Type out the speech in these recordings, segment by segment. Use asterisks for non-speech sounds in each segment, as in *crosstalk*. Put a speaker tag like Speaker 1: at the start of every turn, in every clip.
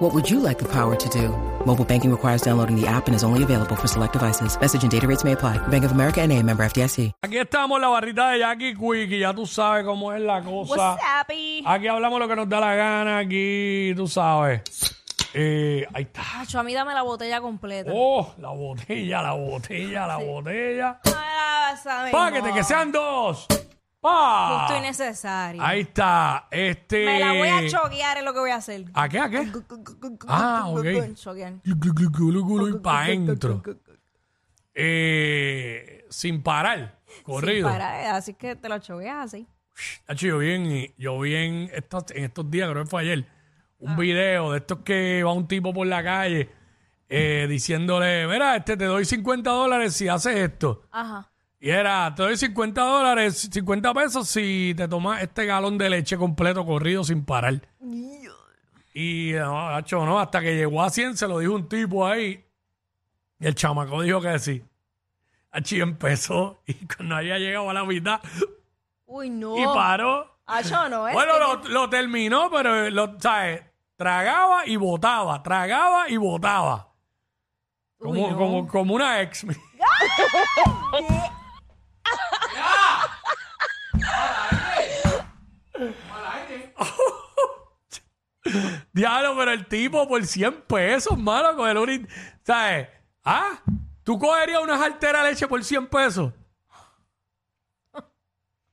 Speaker 1: What would you like the power to do? Mobile banking requires downloading the app and is only available for select devices. Message and data rates may apply. Bank of America and a member FDIC.
Speaker 2: Aquí estamos en la barrita de Jackie Quickie, ya tú sabes cómo es la cosa.
Speaker 3: What's happy?
Speaker 2: Aquí hablamos lo que nos da la gana, aquí tú sabes. Eh, ahí está.
Speaker 3: Acho, a mí dame la botella completa.
Speaker 2: Oh, la botella, la botella, la botella.
Speaker 3: Ah, esa misma.
Speaker 2: Páquete, que Ah. sean dos. Pa.
Speaker 3: Justo y necesario.
Speaker 2: Ahí está. Este.
Speaker 3: Me la voy a choquear, es lo que voy a hacer.
Speaker 2: ¿A qué? ¿A qué? Ah, ok.
Speaker 3: Choquear.
Speaker 2: Glu, glu, glu, glu, glu, glu, y pa' adentro. Eh, sin parar. Corrido.
Speaker 3: Sin parar, eh, así que te la choqueas así.
Speaker 2: Hacho, yo vi en, yo vi en estos, en estos días, creo que fue ayer, un video de estos que va un tipo por la calle eh, diciéndole, mira, este te doy 50 dólares si haces esto.
Speaker 3: Ajá.
Speaker 2: Y era, te doy 50 dólares, 50 pesos si te tomas este galón de leche completo corrido sin parar. Y, no, hacho, no, hasta que llegó a 100 se lo dijo un tipo ahí. Y el chamaco dijo que sí. Hacho, y empezó. Y cuando había llegado a la mitad,
Speaker 3: Uy, no.
Speaker 2: y paró.
Speaker 3: Acho, no, es
Speaker 2: Bueno,
Speaker 3: este que-
Speaker 2: lo, lo terminó, pero eh, lo, ¿sabes? Tragaba y botaba, tragaba y botaba. Como,
Speaker 3: Uy, no.
Speaker 2: como, como una ex. *laughs* mía. Diablo, pero el tipo por 100 pesos, mano, con el urin. ¿Sabes? ¿Ah? ¿Tú cogerías una jartera de leche por 100 pesos?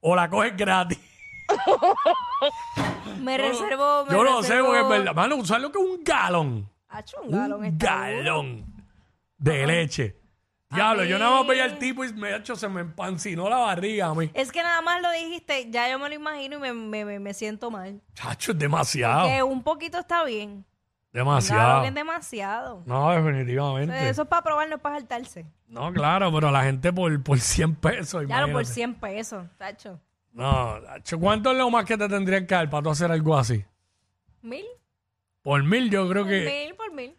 Speaker 2: ¿O la coges gratis?
Speaker 3: Me reservo. me
Speaker 2: Yo no sé,
Speaker 3: reservo-
Speaker 2: porque es verdad. Mano, usar lo que es un galón.
Speaker 3: Acho, un galón.
Speaker 2: Un
Speaker 3: está duro.
Speaker 2: galón de leche. Diablo, yo nada más veía al tipo y me, hecho, se me empancinó la barriga a mí.
Speaker 3: Es que nada más lo dijiste, ya yo me lo imagino y me, me, me, me siento mal.
Speaker 2: Chacho, es demasiado.
Speaker 3: Que un poquito está bien. Un galón
Speaker 2: Demasiado.
Speaker 3: es demasiado.
Speaker 2: No, definitivamente.
Speaker 3: Eso es para probar, no es para saltarse.
Speaker 2: No, claro, pero la gente por, por 100 pesos.
Speaker 3: Claro, por
Speaker 2: imagínate.
Speaker 3: 100 pesos, tacho.
Speaker 2: No, chacho, ¿cuánto es lo más que te tendrían que dar para tú hacer algo así?
Speaker 3: ¿Mil?
Speaker 2: Por mil, yo creo que. Eh,
Speaker 3: Mil por mil.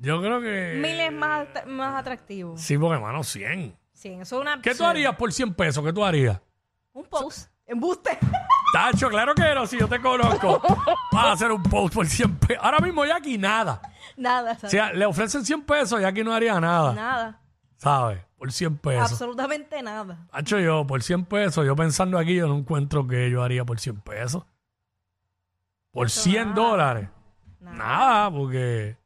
Speaker 2: Yo creo que.
Speaker 3: Mil es más, at- más atractivo.
Speaker 2: Sí, porque, mano, 100.
Speaker 3: Sí, eso es una.
Speaker 2: ¿Qué tú harías por 100 pesos? ¿Qué tú harías?
Speaker 3: Un post. Embuste. *laughs*
Speaker 2: Tacho, claro que no, si yo te conozco. Para hacer un post por 100 pesos. Ahora mismo, ya aquí nada.
Speaker 3: Nada.
Speaker 2: O
Speaker 3: ¿sabes?
Speaker 2: sea, le ofrecen 100 pesos y aquí no haría nada,
Speaker 3: Nada.
Speaker 2: ¿sabes? Por 100 pesos.
Speaker 3: Absolutamente nada.
Speaker 2: Hacho yo, por 100 pesos, yo pensando aquí, yo no encuentro que yo haría por 100 pesos. Por 100 dólares.
Speaker 3: Nada.
Speaker 2: Nada, porque,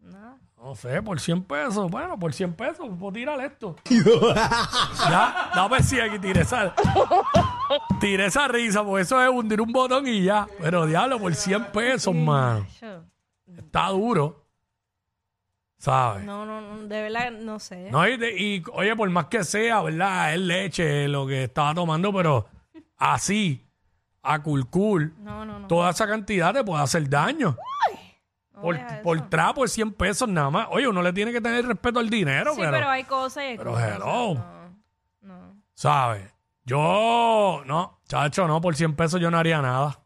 Speaker 3: Nada.
Speaker 2: no sé, por 100 pesos. Bueno, por 100 pesos, puedo tirar esto. ya, dame 100 y tiré esa, tiré esa risa, porque eso es hundir un botón y ya. Pero diablo, por 100 pesos, mano.
Speaker 3: Yo-
Speaker 2: Está duro. ¿Sabes?
Speaker 3: No, no, no, de verdad no sé.
Speaker 2: No, y, de- y, oye, por más que sea, ¿verdad? Es leche lo que estaba tomando, pero así, a culcul,
Speaker 3: No, no, no.
Speaker 2: toda esa cantidad te puede hacer daño.
Speaker 3: no
Speaker 2: por,
Speaker 3: deja eso.
Speaker 2: por trapo de 100 pesos nada más. Oye, uno le tiene que tener respeto al dinero,
Speaker 3: sí,
Speaker 2: pero,
Speaker 3: pero, hay cosas y hay
Speaker 2: pero
Speaker 3: cosas.
Speaker 2: hello.
Speaker 3: No, no.
Speaker 2: ¿sabes? Yo, no, chacho, no, por 100 pesos yo no haría nada.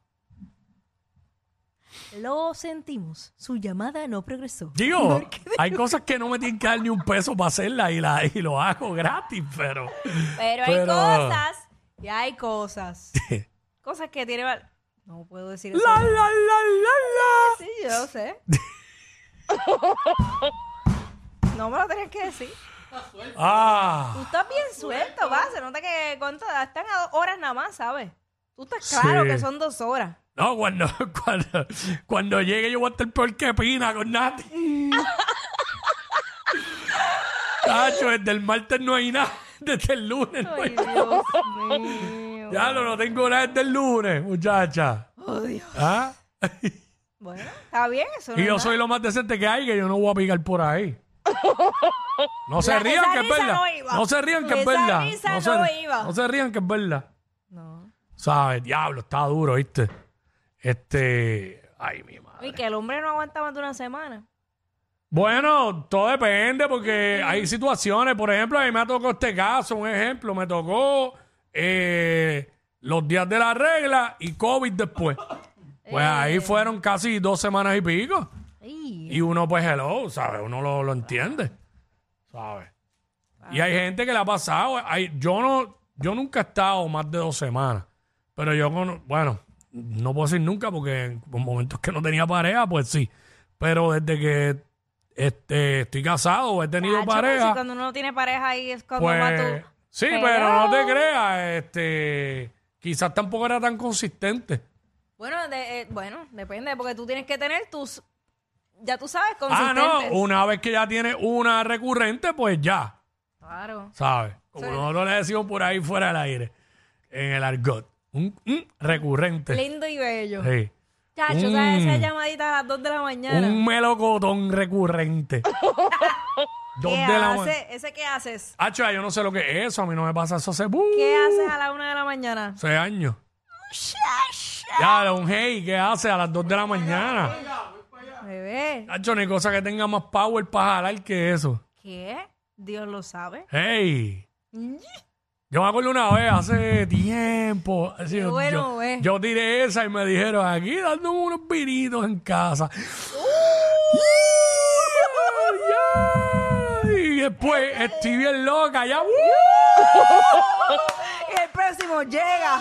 Speaker 3: Lo sentimos. Su llamada no progresó.
Speaker 2: Digo, hay cosas que no me tienen que dar ni un peso para hacerla y, la, y lo hago gratis, pero...
Speaker 3: Pero, hay
Speaker 2: Pero-
Speaker 3: cosas y hay cosas. cosas que tiene val- No puedo decir eso.
Speaker 2: La, la, la, la,
Speaker 3: Sí,
Speaker 2: *laughs*
Speaker 3: yo sé. no me lo tenías que decir.
Speaker 2: la. Ah.
Speaker 3: Tú estás bien suelto, va. Se nota que cuánto- están a dos horas nada más, ¿sabes? Tú estás claro
Speaker 2: Sí.
Speaker 3: que son dos horas.
Speaker 2: No, cuando, *laughs* cuando, cuando llegue yo voy a estar peor que Pina con Nati. Tacho, desde el martes no hay nada. *laughs* Desde el lunes no hay
Speaker 3: Ay, Dios mío.
Speaker 2: Ya no, no tengo nada desde el lunes, muchacha.
Speaker 3: *laughs* Oh, Dios.
Speaker 2: ¿Ah?
Speaker 3: Bueno, está bien eso.
Speaker 2: Y
Speaker 3: ¿no?
Speaker 2: yo soy lo más decente que hay, que yo no voy a picar por ahí. No se
Speaker 3: La-
Speaker 2: rían
Speaker 3: esa
Speaker 2: que es
Speaker 3: risa
Speaker 2: verdad.
Speaker 3: no iba.
Speaker 2: No se rían que es
Speaker 3: Esa
Speaker 2: verdad.
Speaker 3: risa
Speaker 2: se,
Speaker 3: no iba.
Speaker 2: no se rían que es verdad.
Speaker 3: No.
Speaker 2: ¿Sabes? Diablo, está duro, ¿viste? Este. Ay, mi madre.
Speaker 3: Y que el hombre no aguanta más de una semana.
Speaker 2: Bueno, todo depende porque hay situaciones. Por ejemplo, a mí me tocó este caso, un ejemplo. Me tocó eh, los días de la regla y COVID después. Pues ahí fueron casi dos semanas y pico.
Speaker 3: Eh. Ay,
Speaker 2: Y uno, pues, hello, ¿sabes? Uno lo, lo entiende, ¿sabes? Y hay gente que le ha pasado. Hay- yo no, yo nunca he estado más de dos semanas. Pero yo, con- bueno, no puedo decir nunca porque en momentos que no tenía pareja, pues sí. Pero desde que este, estoy casado o he tenido
Speaker 3: Nacho, pero pues, si
Speaker 2: pareja,
Speaker 3: cuando uno no tiene pareja ahí es cuando más
Speaker 2: pues...
Speaker 3: tú.
Speaker 2: Sí,
Speaker 3: Hello.
Speaker 2: pero no te creas, este... Quizás tampoco era tan consistente.
Speaker 3: Bueno, de- eh, bueno, depende, porque tú tienes que tener tus. Ya tú sabes,
Speaker 2: Ah,
Speaker 3: consistentes.
Speaker 2: no, una vez que ya tiene una recurrente, pues ya.
Speaker 3: Claro.
Speaker 2: ¿sabes? Como nosotros le decimos por ahí fuera del aire, en el argot. Un, un recurrente.
Speaker 3: Lindo y bello.
Speaker 2: Sí.
Speaker 3: Chacho, ¿sabes? Esas llamaditas a las 2 de la mañana.
Speaker 2: Mm. Un melocotón
Speaker 3: *laughs*
Speaker 2: recurrente. Dos
Speaker 3: ¿Qué
Speaker 2: de la mañana.
Speaker 3: hace- ¿Ese qué haces?
Speaker 2: Hacho, yo no sé lo que es eso. A mí no me pasa eso hace, bu-
Speaker 3: ¿Qué haces a la 1 de la mañana?
Speaker 2: hace años. Ya, un hey, ¿qué hace a las 2 de la mañana?
Speaker 3: Bebé,
Speaker 2: Hacho, no hay cosa que tenga más power para jalar que eso.
Speaker 3: ¿qué? Dios lo sabe.
Speaker 2: Hey. Yo me acuerdo una vez, hace tiempo. así, yo,
Speaker 3: bueno, eh.
Speaker 2: yo-
Speaker 3: güey.
Speaker 2: yo tiré esa y me dijeron, aquí dándome unos piritos en casa.
Speaker 3: ¡Uh!
Speaker 2: Yeah, yeah. Y después estoy bien loca, ya. ¡uh!
Speaker 3: El próximo llega.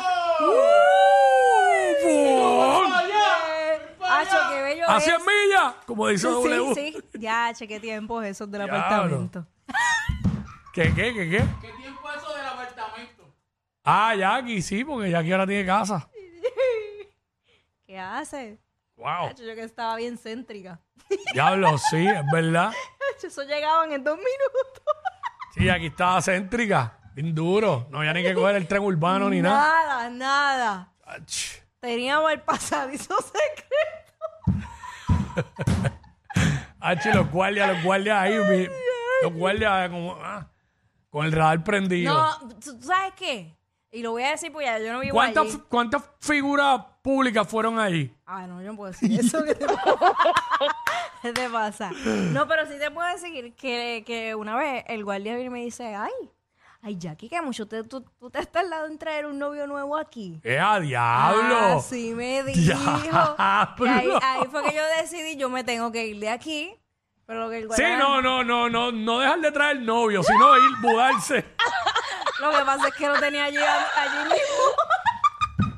Speaker 3: Hacho, qué bello
Speaker 2: A
Speaker 3: es.
Speaker 2: 100 millas, como dice W.
Speaker 3: Sí, sí. Ya, che, qué tiempos esos del
Speaker 2: Diablo.
Speaker 3: apartamento.
Speaker 2: ¿Qué, qué, qué, qué?
Speaker 4: ¿Qué tiempo es eso del apartamento?
Speaker 2: Ah, Jackie, sí, porque Jackie ahora tiene casa.
Speaker 3: ¿Qué haces?
Speaker 2: Wow.
Speaker 3: Hacho, yo que estaba bien céntrica. *laughs*
Speaker 2: Diablo, sí, es verdad.
Speaker 3: Hacho, eso llegaban en dos minutos.
Speaker 2: Sí, aquí estaba céntrica, bien duro. No había ni que coger el tren urbano ni nada.
Speaker 3: Nada, nada.
Speaker 2: Ach,
Speaker 3: Teníamos el pasadizo secreto.
Speaker 2: ach, y los guardias, los guardias ahí, mi- los guardias eh, como, ah, con el radar prendido.
Speaker 3: No, ¿tú, tú sabes qué? Y lo voy a decir porque ya yo no vivo
Speaker 2: ¿Cuántas
Speaker 3: allí.
Speaker 2: fi- cuántas figuras públicas fueron allí?
Speaker 3: Ah, no,
Speaker 2: *laughs*
Speaker 3: yo no puedo decir eso. ¿Qué te, *laughs* ¿Qué te pasa? No, pero sí te puedo decir que, que una vez el guardia viene y me dice, ay, ay, Jackie, que mucho te- tú, tú te has tardado en traer un novio nuevo aquí.
Speaker 2: ¡Eh, a diablo!
Speaker 3: Así me dijo.
Speaker 2: Diablo.
Speaker 3: Y ahí, ahí fue que yo decidí, yo me tengo que ir de aquí. Pero lo que el
Speaker 2: Sí,
Speaker 3: guardia...
Speaker 2: no, no, no, no, no dejar de traer novio, sino ir, mudarse.
Speaker 3: Lo que pasa es que lo tenía allí, allí mismo.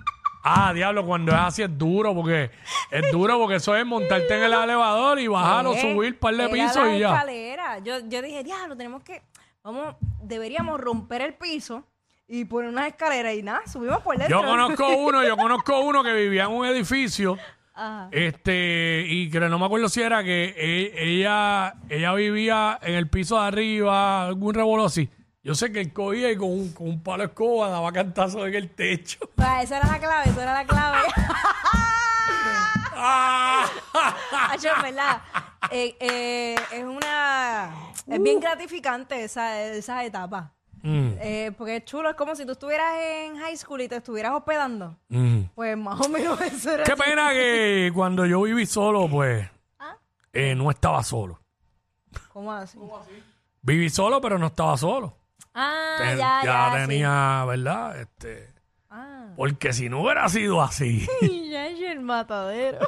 Speaker 2: Ah, diablo, cuando es así es duro, porque es duro, porque eso es montarte en el elevador y bajarlo,
Speaker 3: Eh,
Speaker 2: subir un par de
Speaker 3: era
Speaker 2: pisos
Speaker 3: la
Speaker 2: y ya.
Speaker 3: escalera. Yo, yo dije, diablo, tenemos que. Vamos, deberíamos romper el piso y poner unas escaleras y nada, subimos por dentro.
Speaker 2: Yo conozco uno, yo conozco uno que vivía en un edificio,
Speaker 3: *laughs* Ajá.
Speaker 2: este, y que no me acuerdo si era que e- ella, ella vivía en el piso de arriba, algún revolú así. Yo sé que él cogía y con un, con un palo de escoba daba cantazo en el techo. *laughs*
Speaker 3: Ah, esa era la clave, esa era la clave. *laughs*
Speaker 2: ¡Ah!
Speaker 3: Hacho, en verdad. eh, eh, es una. Es bien gratificante esa, esa etapa.
Speaker 2: Uh. Mm,
Speaker 3: Eh, porque es chulo, es como si tú estuvieras en high school y te estuvieras hospedando.
Speaker 2: mm.
Speaker 3: Pues más o menos *laughs* eso era.
Speaker 2: Qué pena que cuando yo viví solo, pues,
Speaker 3: Ah.
Speaker 2: eh, no estaba solo.
Speaker 3: ¿Cómo así?
Speaker 2: Viví solo, pero no estaba solo.
Speaker 3: Ah,
Speaker 2: Ten-
Speaker 3: ya, ya. sí.
Speaker 2: tenía, ¿verdad? Este,
Speaker 3: Ah.
Speaker 2: porque si no hubiera sido así.
Speaker 3: Y ya es el matadero.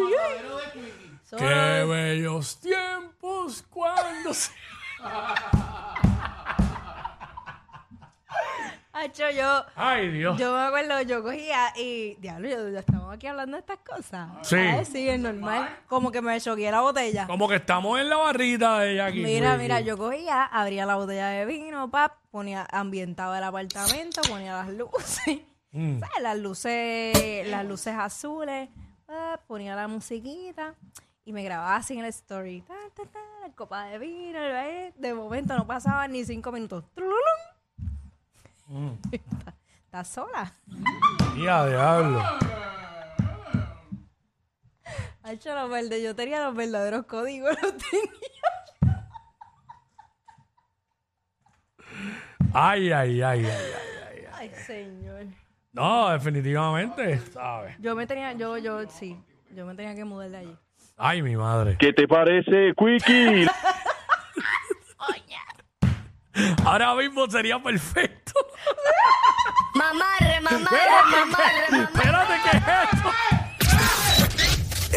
Speaker 4: Matadero de Quickie.
Speaker 2: Qué bellos tiempos cuando se...
Speaker 3: Hacho, Ah, yo,
Speaker 2: Ay, Dios.
Speaker 3: yo me acuerdo, yo cogía y, diablo, yo, ya estamos aquí hablando de estas cosas.
Speaker 2: Sí.
Speaker 3: Ay, sí, es normal. Como que me choqué la botella.
Speaker 2: Como que estamos en la barrita de ella aquí.
Speaker 3: Mira,
Speaker 2: güey.
Speaker 3: mira, yo cogía, abría la botella de vino, pap, ponía, ambientaba el apartamento, ponía las luces, *laughs* ¿sabes? Las luces, las luces azules, pap, ponía la musiquita y me grababa así en el story, ta, ta, ta, copa de vino, eh, de momento no pasaban ni cinco minutos. Trululum. *laughs* ¿Estás sola?
Speaker 2: Día diablo.
Speaker 3: Ay, los verdes, yo tenía los verdaderos códigos, *laughs* los tenía.
Speaker 2: Ay, ay, ay, ay, ay.
Speaker 3: Ay, señor.
Speaker 2: No, definitivamente, ¿sabes?
Speaker 3: Yo me tenía, yo, yo, sí, yo me tenía que mudar de allí.
Speaker 2: Ay, mi madre.
Speaker 5: ¿Qué te parece, Quickie?
Speaker 2: Ahora mismo sería perfecto.
Speaker 6: Mamarre, mamarre, mamarre,
Speaker 2: Espérate, espérate, ¿qué es esto?